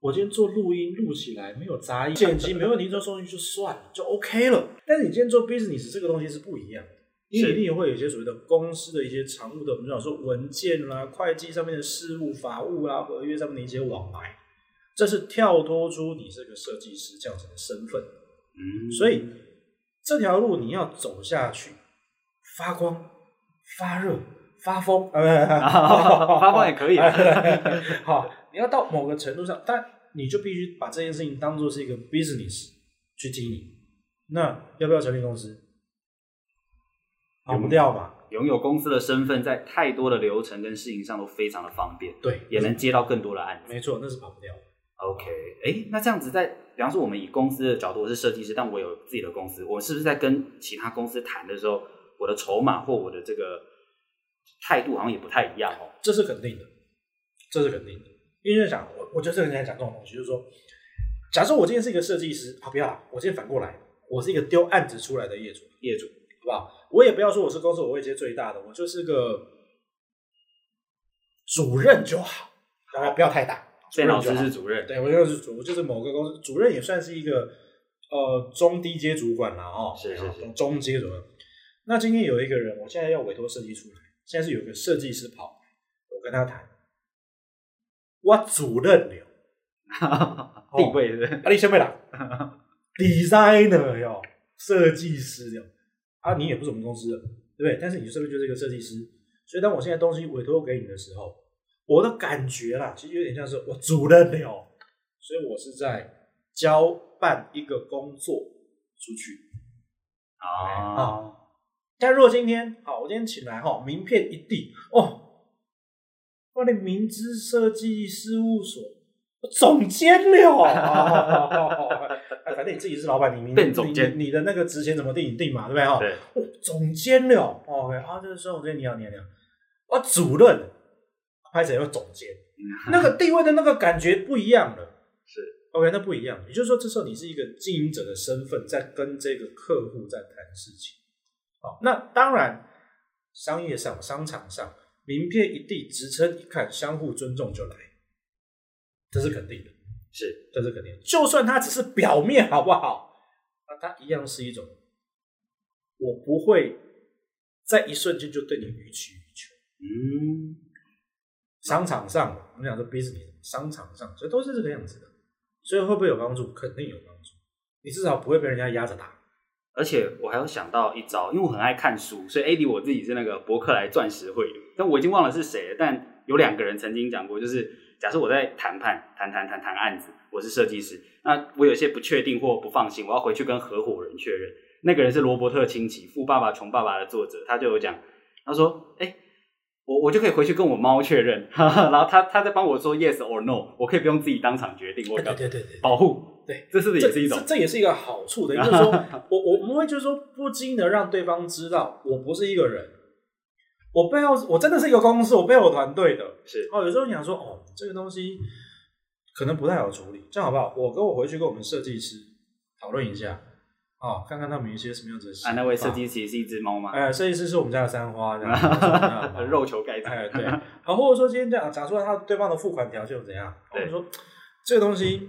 [SPEAKER 2] 我今天做录音录起来没有杂音，剪辑没问题，就送进去就算了，就 OK 了。但是你今天做 business 这个东西是不一样的，因为
[SPEAKER 1] 是
[SPEAKER 2] 一定会有一些所谓的公司的一些常务的，我们讲说文件啦、会计上面的事务、法务啦、合约上面的一些往来，这是跳脱出你这个设计师这样子的身份。
[SPEAKER 1] 嗯，
[SPEAKER 2] 所以这条路你要走下去，发光、发热、发
[SPEAKER 1] *laughs*
[SPEAKER 2] 疯，
[SPEAKER 1] 发
[SPEAKER 2] 发
[SPEAKER 1] 光也可以啊
[SPEAKER 2] *laughs* 好，你要到某个程度上，但你就必须把这件事情当做是一个 business 去经营。那要不要成立公司？跑不掉吧？
[SPEAKER 1] 拥有公司的身份，在太多的流程跟事情上都非常的方便，
[SPEAKER 2] 对，
[SPEAKER 1] 也能接到更多的案子。
[SPEAKER 2] 没错，那是跑不掉的。
[SPEAKER 1] OK，哎，那这样子在，比方说我们以公司的角度，我是设计师，但我有自己的公司，我是不是在跟其他公司谈的时候，我的筹码或我的这个态度好像也不太一样哦？
[SPEAKER 2] 这是肯定的，这是肯定的。因为讲我，我就是很想讲这种东西，就是说，假设我今天是一个设计师，啊，不要啦，我今天反过来，我是一个丢案子出来的业主，
[SPEAKER 1] 业主
[SPEAKER 2] 好不好？我也不要说我是公司我位阶最大的，我就是个主任就好，当然不要太大。
[SPEAKER 1] 被老
[SPEAKER 2] 主
[SPEAKER 1] 师
[SPEAKER 2] 任就好
[SPEAKER 1] 是主任， *laughs*
[SPEAKER 2] 对我就是主，我就是某个公司主任，也算是一个呃中低阶主管了哦，
[SPEAKER 1] 是是是
[SPEAKER 2] 中中阶主任。那今天有一个人，我现在要委托设计出来，现在是有个设计师跑来，我跟他谈，我主任了，
[SPEAKER 1] 地位是不是
[SPEAKER 2] 啊，你先辈啦，designer 哟，设计师哟，啊，你也不是我们公司的，对不对？但是你身份就是一个设计师，所以当我现在东西委托给你的时候，我的感觉啦，其实有点像是我主任了，所以我是在交办一个工作出去
[SPEAKER 1] 啊，
[SPEAKER 2] 啊。但如果今天好，我今天请来哈，名片一递哦，我的明知设计事务所总监了，
[SPEAKER 1] *laughs*
[SPEAKER 2] 哦哎反正你自己是老板，你明
[SPEAKER 1] 变总监
[SPEAKER 2] 你你的那个职衔怎么定你定嘛，对不对哈？
[SPEAKER 1] 对，
[SPEAKER 2] 哦，总监了哦，啊，这个时候我觉得你好，你好，你好，啊，主任，拍谁要哦总监，那个地位的那个感觉不一样了，
[SPEAKER 1] 是
[SPEAKER 2] OK，那不一样，也就是说，这时候你是一个经营者的身份，在跟这个客户在谈事情，好，那当然，商业上、商场上，名片一递，职称一看，相互尊重就来，这是肯定的。
[SPEAKER 1] 是
[SPEAKER 2] 这是肯定的。就算它只是表面，好不好？那它一样是一种，我不会在一瞬间就对你予取予求。
[SPEAKER 1] 嗯，
[SPEAKER 2] 商场上，我们讲说 business，商场上，所以都是这个样子的。所以会不会有帮助？肯定有帮助。你至少不会被人家压着打。
[SPEAKER 1] 而且我还有想到一招，因为我很爱看书，所以 AD 我自己是那个伯克莱钻石会员，但我已经忘了是谁了。但有两个人曾经讲过，就是假设我在谈判，谈谈谈谈案子，我是设计师，那我有些不确定或不放心，我要回去跟合伙人确认。那个人是罗伯特清崎，《富爸爸穷爸爸》的作者，他就有讲，他说：“哎、我我就可以回去跟我猫确认， *laughs* 哈哈，然后他他在帮我说 yes or no，我可以不用自己当场决定，我
[SPEAKER 2] 对
[SPEAKER 1] 搞
[SPEAKER 2] 对对对。
[SPEAKER 1] 保护，
[SPEAKER 2] 对，
[SPEAKER 1] 这是不是
[SPEAKER 2] 这
[SPEAKER 1] 也是一种
[SPEAKER 2] 这，这也是一个好处的，也就
[SPEAKER 1] *laughs*
[SPEAKER 2] 是说，我我我们会就是说，不经意的让对方知道我不是一个人，我背后我真的是一个公司，我背后有团队的，
[SPEAKER 1] 是
[SPEAKER 2] 哦，有时候你想说，哦，这个东西可能不太好处理，这样好不好？我跟我回去跟我们设计师讨论一下，哦，看看他们有一些什么样子的想
[SPEAKER 1] 啊？
[SPEAKER 2] 法。
[SPEAKER 1] 那位设计师是一只猫吗？
[SPEAKER 2] 哎，设计师是我们家的三花，
[SPEAKER 1] *laughs*
[SPEAKER 2] 这样这样好不好
[SPEAKER 1] 肉球盖子，
[SPEAKER 2] 哎，对，好，或者说今天这样讲说他对方的付款条件怎样，或
[SPEAKER 1] 对
[SPEAKER 2] 者说这个东西，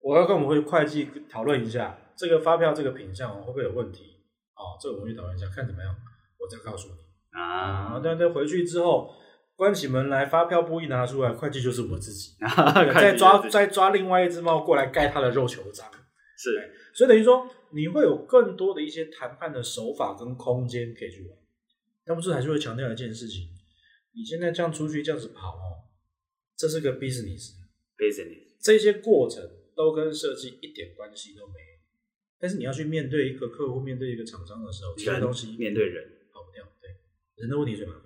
[SPEAKER 2] 我要跟我们会会计讨论一下，这个发票这个品项会不会有问题？哦，这个我们去讨论一下，看怎么样，我再告诉你。啊，
[SPEAKER 1] 啊，
[SPEAKER 2] 对对，回去之后关起门来，发票簿一拿出来，会计就是我
[SPEAKER 1] *laughs*
[SPEAKER 2] 自己，
[SPEAKER 1] 看
[SPEAKER 2] 再
[SPEAKER 1] 你
[SPEAKER 2] 抓
[SPEAKER 1] 的
[SPEAKER 2] 再抓另外一只猫过来盖他的肉球章，
[SPEAKER 1] 是
[SPEAKER 2] 所以等于说你会有更多的一些谈判的手法跟空间可以去玩。那么这还是会强调一件事情，你现在这样出去这样子跑哦，这是个 business，
[SPEAKER 1] business，
[SPEAKER 2] 这些过程都跟设计一点关系都没有。但是你要去面对一个客户、面对一个厂商的时候，这个
[SPEAKER 1] 人
[SPEAKER 2] 东西
[SPEAKER 1] 面对人，
[SPEAKER 2] 跑不掉，对人的问题最麻烦。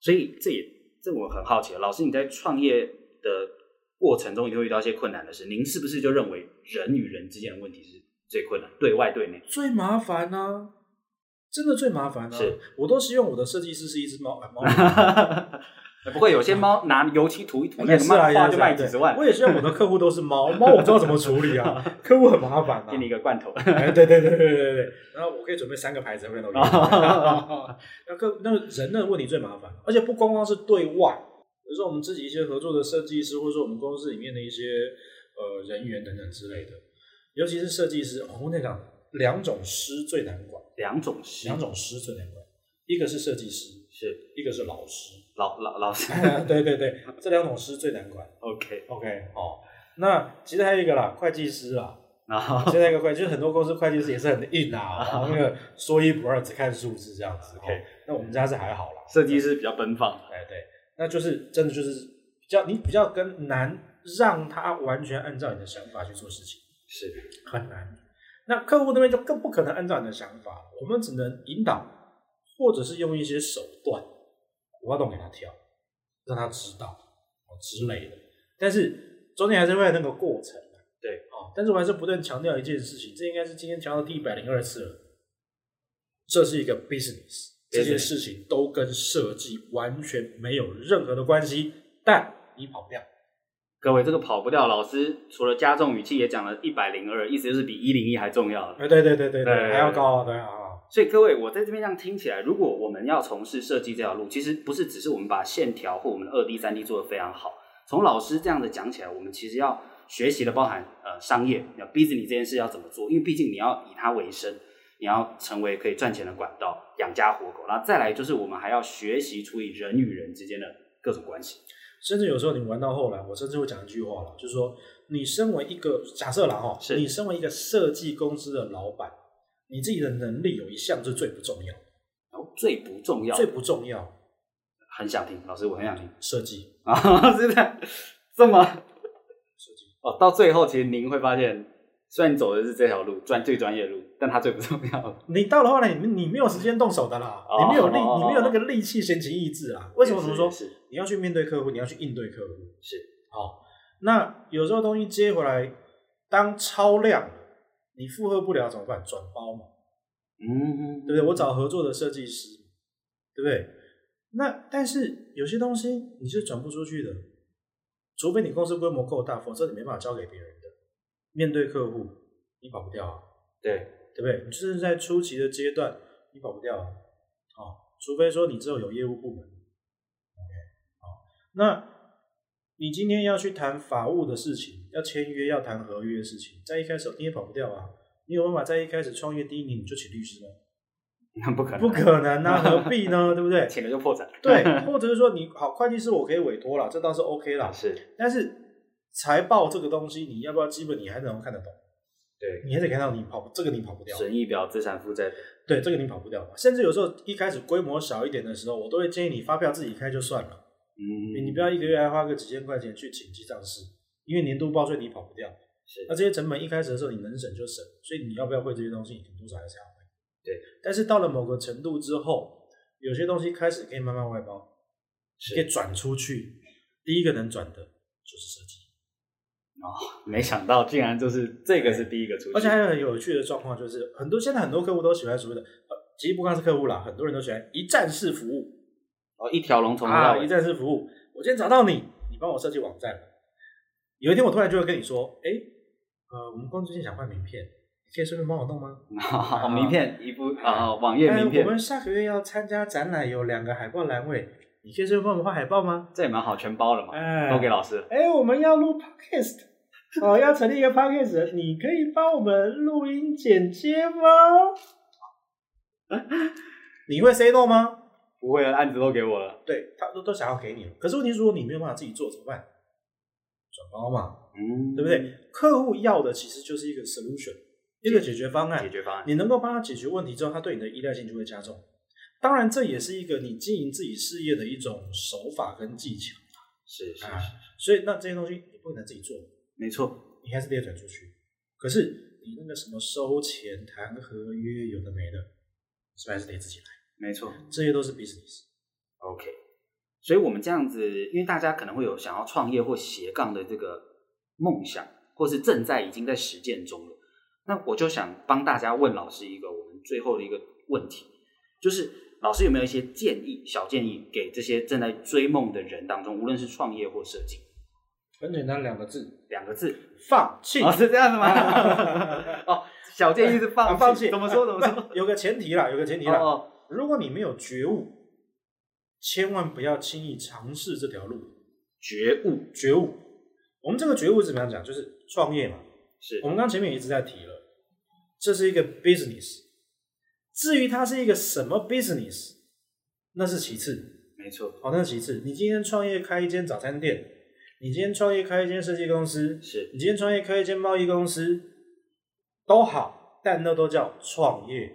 [SPEAKER 1] 所以这也这我很好奇，老师你在创业的过程中，你会遇到一些困难的事，您是不是就认为人与人之间的问题是最困难，对外对内？
[SPEAKER 2] 最麻烦呢、真的最麻烦呢、
[SPEAKER 1] 是
[SPEAKER 2] 我都希望我的设计师是一只猫，
[SPEAKER 1] *laughs*
[SPEAKER 2] 啊猫
[SPEAKER 1] 哎不会，有些 *laughs* 猫拿油漆涂一涂，那
[SPEAKER 2] 也
[SPEAKER 1] 个
[SPEAKER 2] 是啊，
[SPEAKER 1] 漫画哎
[SPEAKER 2] 也
[SPEAKER 1] 就是
[SPEAKER 2] 啊
[SPEAKER 1] 卖几十万
[SPEAKER 2] 对我，也希望我的客户都是猫，猫
[SPEAKER 1] *laughs*
[SPEAKER 2] 我不知道怎么处理啊，客户很麻烦啊
[SPEAKER 1] 给。你一个罐头，
[SPEAKER 2] 哎，对对对对对对对，然后我可以准备三个牌子，会都一
[SPEAKER 1] 哦
[SPEAKER 2] 样。 *laughs* 那个那个人的问题最麻烦，而且不光光是对外，比如说我们自己一些合作的设计师，或者说我们公司里面的一些呃人员等等之类的，尤其是设计师，哦我跟你讲，两种师最难管。
[SPEAKER 1] 两种 *laughs* 是
[SPEAKER 2] 两种师最难管，一个是设计师，
[SPEAKER 1] 是
[SPEAKER 2] 一个是老师。 *laughs*
[SPEAKER 1] 老老老师
[SPEAKER 2] 对对对，这两种师最难管。
[SPEAKER 1] ，OK，
[SPEAKER 2] OK，哦，那其实还有一个啦，会计师啦。
[SPEAKER 1] 然后
[SPEAKER 2] 现在一个会，就是很多公司会计师也是很硬啊，然后那个说一不二，只看数字这样子。
[SPEAKER 1] OK
[SPEAKER 2] 哦那我们家是还好啦。
[SPEAKER 1] 设计师比较奔放，
[SPEAKER 2] 哎对，那就是真的就是比较你比较跟难让他完全按照你的想法去做事情。
[SPEAKER 1] 是
[SPEAKER 2] 很难。那客户那边就更不可能按照你的想法，我们只能引导，或者是用一些手段，挖洞给他跳，让他知道哦之类的。但是中间还是会有那个过程啊
[SPEAKER 1] 对
[SPEAKER 2] 哦。但是我还是不断强调一件事情，这应该是今天强调第一百零二次了，这是一个 business，这件事情都跟设计完全没有任何的关系，但你跑不掉。
[SPEAKER 1] 各位，这个跑不掉。老师除了加重语气，也讲了一百零二，意思就是比一零一还重要。
[SPEAKER 2] 哎，对对对对对，
[SPEAKER 1] 对
[SPEAKER 2] 还要高，对啊。啊
[SPEAKER 1] 所以各位，我在这边这样听起来，如果我们要从事设计这条路，其实不是只是我们把线条或我们的二 D、三 D 做得非常好。从老师这样的讲起来，我们其实要学习的包含呃商业，要 business 这件事要怎么做，因为毕竟你要以它为生，你要成为可以赚钱的管道，养家活口。然后再来就是我们还要学习处理人与人之间的各种关系。
[SPEAKER 2] 甚至有时候你玩到后来，我甚至会讲一句话了，就是说，你身为一个假设啦哈，
[SPEAKER 1] 是
[SPEAKER 2] 你身为一个设计公司的老板，你自己的能力有一项是最不重要，
[SPEAKER 1] 然后最不重要，
[SPEAKER 2] 最不重要，
[SPEAKER 1] 很想听，老师我很想听
[SPEAKER 2] 设计
[SPEAKER 1] 啊， *laughs* 是的，这么
[SPEAKER 2] 设计，
[SPEAKER 1] 哦，到最后其实您会发现，虽然你走的是这条路，专最专业路，但它最不重要。
[SPEAKER 2] 你到了后来，你你没有时间动手的啦，
[SPEAKER 1] 哦
[SPEAKER 2] 你没有力，你没有那个力气闲情逸致啊。为什么
[SPEAKER 1] 也
[SPEAKER 2] 怎
[SPEAKER 1] 是也？
[SPEAKER 2] 么说
[SPEAKER 1] 是
[SPEAKER 2] 你要去面对客户，你要去应对客户。
[SPEAKER 1] 是
[SPEAKER 2] 好，那有时候东西接回来，当超量了，你负荷不了怎么办？转包嘛，
[SPEAKER 1] 嗯，
[SPEAKER 2] 对不对？我找合作的设计师，对不对？那但是有些东西你是转不出去的，除非你公司规模够大，否则你没办法交给别人的。面对客户，你跑不掉啊。
[SPEAKER 1] 对，
[SPEAKER 2] 对不对？你甚至在初期的阶段，你跑不掉啊，哦，除非说你之后有业务部门。OK，好，那你今天要去谈法务的事情，要签约，要谈合约的事情，在一开始你也跑不掉啊。你有办法在一开始创业第一年你就请律师吗？
[SPEAKER 1] 那不可能，
[SPEAKER 2] 不可能啊，何必呢？对不对？
[SPEAKER 1] 请了就破产。
[SPEAKER 2] 对，或者是说你好，会计师我可以委托啦，这倒是 OK 啦。
[SPEAKER 1] 啊是，
[SPEAKER 2] 但是财报这个东西，你要不要基本你还能看得懂？
[SPEAKER 1] 对，
[SPEAKER 2] 你还得看到你跑这个你跑不掉。
[SPEAKER 1] 损益表、资产负债表，嗯
[SPEAKER 2] 对，这个你跑不掉嘛。甚至有时候一开始规模小一点的时候，我都会建议你发票自己开就算了，
[SPEAKER 1] 嗯
[SPEAKER 2] 哎你不要一个月还花个几千块钱去请记账师，因为年度报税你跑不掉。
[SPEAKER 1] 是
[SPEAKER 2] 那这些成本一开始的时候你能省就省，所以你要不要会这些东西，你多少还是要会。
[SPEAKER 1] 对，
[SPEAKER 2] 但是到了某个程度之后，有些东西开始可以慢慢外包，可以
[SPEAKER 1] 是，
[SPEAKER 2] 转出去。第一个能转的就是设计，
[SPEAKER 1] 没想到竟然就是这个是第一个出去，
[SPEAKER 2] 而且还有很有趣的状况就是，很多现在很多客户都喜欢所谓的，呃其实不光是客户啦，很多人都喜欢一站式服务。
[SPEAKER 1] 哦一条龙从头到
[SPEAKER 2] 啊，
[SPEAKER 1] 尾
[SPEAKER 2] 一，站式服务。我今天找到你，你帮我设计网站了。有一天我突然就会跟你说，哎、呃，我们公司最近想换名片，你可以顺便帮我弄吗？
[SPEAKER 1] 好名片一部啊网页
[SPEAKER 2] 哎
[SPEAKER 1] 名
[SPEAKER 2] 我
[SPEAKER 1] 片，
[SPEAKER 2] 们下个月要参加展览，有两个海报栏位，你可以顺便帮我们画海报吗？
[SPEAKER 1] 这也蛮好，全包了嘛，
[SPEAKER 2] 哎
[SPEAKER 1] 都给老师了。
[SPEAKER 2] 哎、我们要录 podcast，哦， *laughs* 要成立一个 podcast，你可以帮我们录音剪接吗？ *laughs* 你会 say no 吗？
[SPEAKER 1] 不会的案子都给我了，
[SPEAKER 2] 对他都都想要给你了，可是问题是如果你没有办法自己做怎么办？转包嘛，
[SPEAKER 1] 嗯
[SPEAKER 2] 对不？对？客户要的其实就是一个 solution，一个解决方
[SPEAKER 1] 解
[SPEAKER 2] 案。
[SPEAKER 1] 决方案
[SPEAKER 2] 你能够帮他解决问题之后，他对你的依赖性就会加重。当然，这也是一个你经营自己事业的一种手法跟技巧。
[SPEAKER 1] 是是
[SPEAKER 2] 啊
[SPEAKER 1] 是，
[SPEAKER 2] 所以，那这些东西你不可能自己做，
[SPEAKER 1] 没错，
[SPEAKER 2] 你还是得转出去。可是你那个什么收钱、谈合约，有的没的，是不是还是得自己来？
[SPEAKER 1] 没错。
[SPEAKER 2] 这些都是 business。
[SPEAKER 1] OK，所以我们这样子，因为大家可能会有想要创业或斜杠的这个梦想，或是正在已经在实践中了。那我就想帮大家问老师一个我们最后的一个问题，就是老师有没有一些建议、小建议给这些正在追梦的人当中，无论是创业或设计，
[SPEAKER 2] 很简单，两个字：
[SPEAKER 1] 两个字，
[SPEAKER 2] 放弃。
[SPEAKER 1] 哦，是这样子
[SPEAKER 2] *laughs*
[SPEAKER 1] 吗？哦，小建议是放
[SPEAKER 2] 啊放弃
[SPEAKER 1] 怎么说怎么说？
[SPEAKER 2] *laughs* 有个前提啦，有个前提啦。
[SPEAKER 1] 哦，
[SPEAKER 2] 如果你没有觉悟，千万不要轻易尝试这条路。
[SPEAKER 1] *laughs* 觉悟
[SPEAKER 2] 觉悟，我们这个觉悟怎么样讲？就是创业嘛。
[SPEAKER 1] 是
[SPEAKER 2] 我们刚前面也一直在提了，这是一个 business。至于它是一个什么 business，那是其次，
[SPEAKER 1] 没错，
[SPEAKER 2] 好、那是其次。你今天创业开一间早餐店，你今天创业开一间设计公司，
[SPEAKER 1] 是
[SPEAKER 2] 你今天创业开一间贸易公司，都好，但那都叫创业。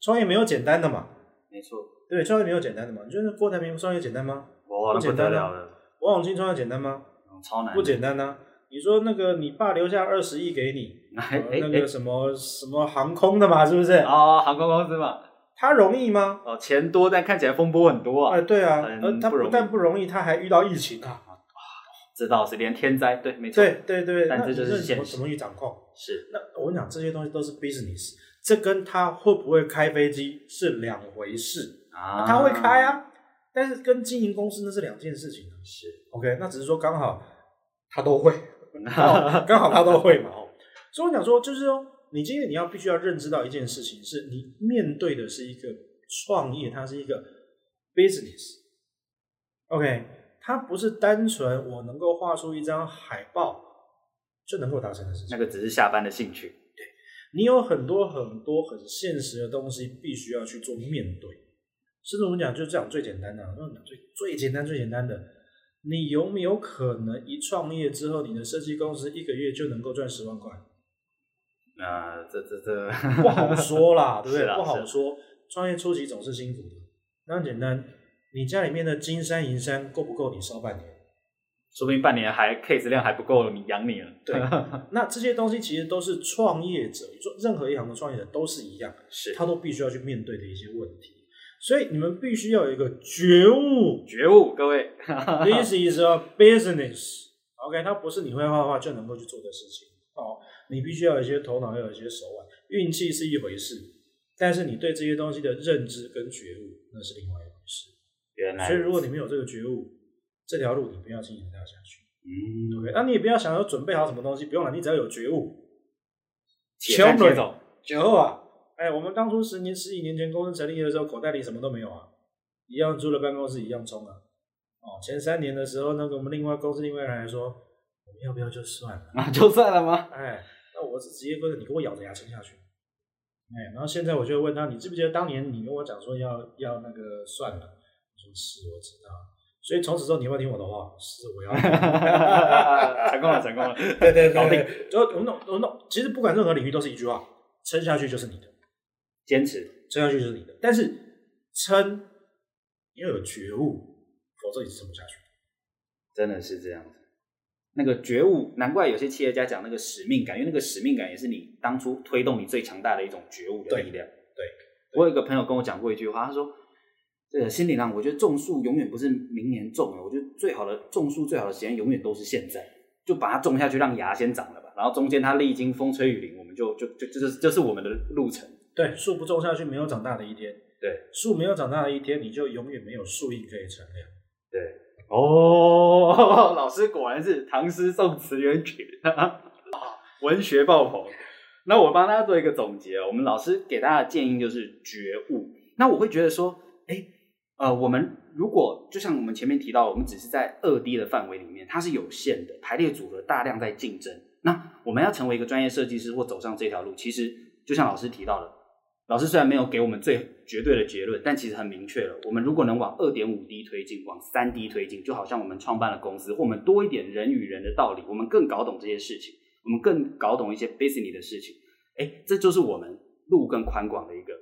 [SPEAKER 2] 创业没有简单的嘛，
[SPEAKER 1] 没错，
[SPEAKER 2] 对，创业没有简单的嘛。你觉得郭台铭创业简单吗？
[SPEAKER 1] 哇，那
[SPEAKER 2] 不
[SPEAKER 1] 不
[SPEAKER 2] 简
[SPEAKER 1] 得
[SPEAKER 2] 单
[SPEAKER 1] 了
[SPEAKER 2] 啊
[SPEAKER 1] 了，
[SPEAKER 2] 王永庆创业简单吗？
[SPEAKER 1] 超难的，
[SPEAKER 2] 不简单呐、啊你说那个你爸留下二十亿给你，
[SPEAKER 1] 哎
[SPEAKER 2] 呃
[SPEAKER 1] 哎
[SPEAKER 2] 那
[SPEAKER 1] 哎
[SPEAKER 2] 个什么什么航空的嘛，是不是？
[SPEAKER 1] 哦，航空公司嘛，
[SPEAKER 2] 他容易吗？
[SPEAKER 1] 哦，钱多，但看起来风波很多啊
[SPEAKER 2] 哎，。对啊
[SPEAKER 1] 嗯，
[SPEAKER 2] 呃，他
[SPEAKER 1] 不容易
[SPEAKER 2] 不但不容易，他还遇到疫情啊。
[SPEAKER 1] 知道是连天灾，对，没错，
[SPEAKER 2] 对对对，
[SPEAKER 1] 但
[SPEAKER 2] 那
[SPEAKER 1] 这
[SPEAKER 2] 你
[SPEAKER 1] 就是
[SPEAKER 2] 怎
[SPEAKER 1] 现
[SPEAKER 2] 么
[SPEAKER 1] 实
[SPEAKER 2] 怎么去掌控？
[SPEAKER 1] 是
[SPEAKER 2] 那我跟你讲，这些东西都是 business，这跟他会不会开飞机是两回事。
[SPEAKER 1] 啊
[SPEAKER 2] 他会开，
[SPEAKER 1] *laughs*
[SPEAKER 2] 啊，但是跟经营公司那是两件事情啊。
[SPEAKER 1] 是
[SPEAKER 2] OK，那只是说刚好他都会，哦刚好他都会嘛。哦，所以我想说，就是说，你今天你要必须要认知到一件事情，是你面对的是一个创业，它是一个 business。OK，它不是单纯我能够画出一张海报就能够达成的事
[SPEAKER 1] *laughs*
[SPEAKER 2] 情。
[SPEAKER 1] 那个只是下班的兴趣，
[SPEAKER 2] 你有很多很多很现实的东西必须要去做面对，甚至我们讲就讲最简单的、啊，那种最最简单最简单的，你有没有可能一创业之后，你的设计公司一个月就能够赚十万块？
[SPEAKER 1] 呃，这这这 *laughs*
[SPEAKER 2] *laughs* 不好说啦，对不
[SPEAKER 1] 是
[SPEAKER 2] 对？
[SPEAKER 1] 啦
[SPEAKER 2] 不好
[SPEAKER 1] 是
[SPEAKER 2] 说，创业初期总是辛苦的。那很简单，你家里面的金山银山够不够你
[SPEAKER 1] *laughs*
[SPEAKER 2] 烧半年？
[SPEAKER 1] 说不定半年还 case 量还不够，你养你了。
[SPEAKER 2] 对，那这些东西其实都是创业者，做任何一行的创业者都是一样，
[SPEAKER 1] *laughs* 是
[SPEAKER 2] 他都必须要去面对的一些问题。所以你们必须要有一个觉悟
[SPEAKER 1] 觉悟，各位，
[SPEAKER 2] ，This is a business。OK，它不是你会画画就能够去做的事情哦。你必须要有一些头脑，要有一些手腕，运气是一回事，但是你对这些东西的认知跟觉悟，那是另外一回事。
[SPEAKER 1] 原来
[SPEAKER 2] 所以如果你没有这个觉悟，这条路你不要轻易地踏下去。
[SPEAKER 1] 嗯，
[SPEAKER 2] OK，那你也不要想要准备好什么东西，不用了，你只要有觉悟。
[SPEAKER 1] 且战且走，
[SPEAKER 2] 酒后啊，哎，我们当初十年、十几年前公司成立的时候，口袋里什么都没有啊，一样租了办公室，一样冲啊。哦，前三年的时候，那个我们另外公司另外人还说，我们要不要就算了？
[SPEAKER 1] *laughs* 啊，就算了吗？ *laughs*
[SPEAKER 2] 哎，那我是直接跟着你给我咬着牙撑下去。哎，然后现在我就会问他，你记不记得当年你跟我讲说要要那个算了？我说是，我知道。所以从此之后你要不要听我的话？是，我要。
[SPEAKER 1] *laughs* 成功了，成功了，
[SPEAKER 2] 对对
[SPEAKER 1] 搞
[SPEAKER 2] 搞定
[SPEAKER 1] 定，。
[SPEAKER 2] 就我们懂，我们懂。其实不管任何领域都是一句话：撑下去就是你的，
[SPEAKER 1] 坚持，
[SPEAKER 2] 撑下去就是你的。但是撑你要有觉悟，否则你是撑不下去的。
[SPEAKER 1] 真的是这样子。那个觉悟，难怪有些企业家讲那个使命感，因为那个使命感也是你当初推动你最强大的一种觉悟的
[SPEAKER 2] 对
[SPEAKER 1] 力量。
[SPEAKER 2] 对
[SPEAKER 1] 我有一个朋友跟我讲过一句话，他说：“这个心理上，我觉得种树永远不是明年种欸的，我觉得最好的种树最好的时间永远都是现在，就把它种下去，让芽先长了吧。然后中间它历经风吹雨淋，我们就就就这就是这是我们的路程。
[SPEAKER 2] 对，树不种下去，没有长大的一天。
[SPEAKER 1] 对，
[SPEAKER 2] 树没有长大的一天，你就永远没有树荫可以乘凉。
[SPEAKER 1] 对，哦， *laughs* 老师果然是唐诗宋词元曲，啊 *laughs* 文学爆棚。那我帮大家做一个总结哦，我们老师给大家的建议就是觉悟。那我会觉得说，哎，呃，我们如果就像我们前面提到，我们只是在二 D 的范围里面，它是有限的，排列组合大量在竞争。那我们要成为一个专业设计师或走上这条路，其实就像老师提到的，老师虽然没有给我们最绝对的结论，但其实很明确了。我们如果能往二点五 D 推进，往三 D 推进，就好像我们创办了公司，或我们多一点人与人的道理，我们更搞懂这些事情，我们更搞懂一些 business 的事情。哎，这就是我们路更宽广的一个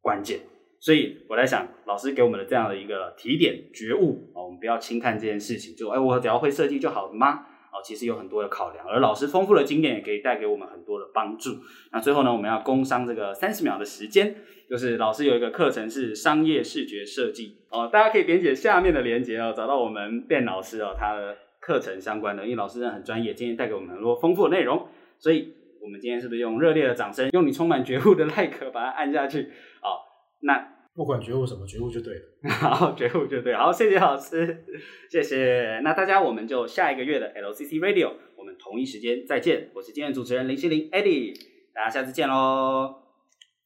[SPEAKER 1] 关键。所以我在想，老师给我们的这样的一个提点觉悟啊、哦我们不要轻看这件事情，就哎，我只要会设计就好了吗？哦，其实有很多的考量，而老师丰富的经验也可以带给我们很多的帮助。那最后呢，我们要工商这个三十秒的时间，就是老师有一个课程是商业视觉设计哦，大家可以点解下面的连接哦，找到我们卞老师哦他的课程相关的，因为老师真的很专业，今天带给我们很多丰富的内容，所以我们今天是不是用热烈的掌声，用你充满觉悟的 like 把它按下去哦？那
[SPEAKER 2] 不管觉悟什么，觉悟就对了。
[SPEAKER 1] *laughs* 好，觉悟就对，好，谢谢老师，谢谢。那大家我们就下一个月的 LCC Radio，我们同一时间再见，我是今天的主持人林心凌 Eddie，大家下次见喽，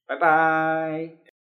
[SPEAKER 1] 拜拜。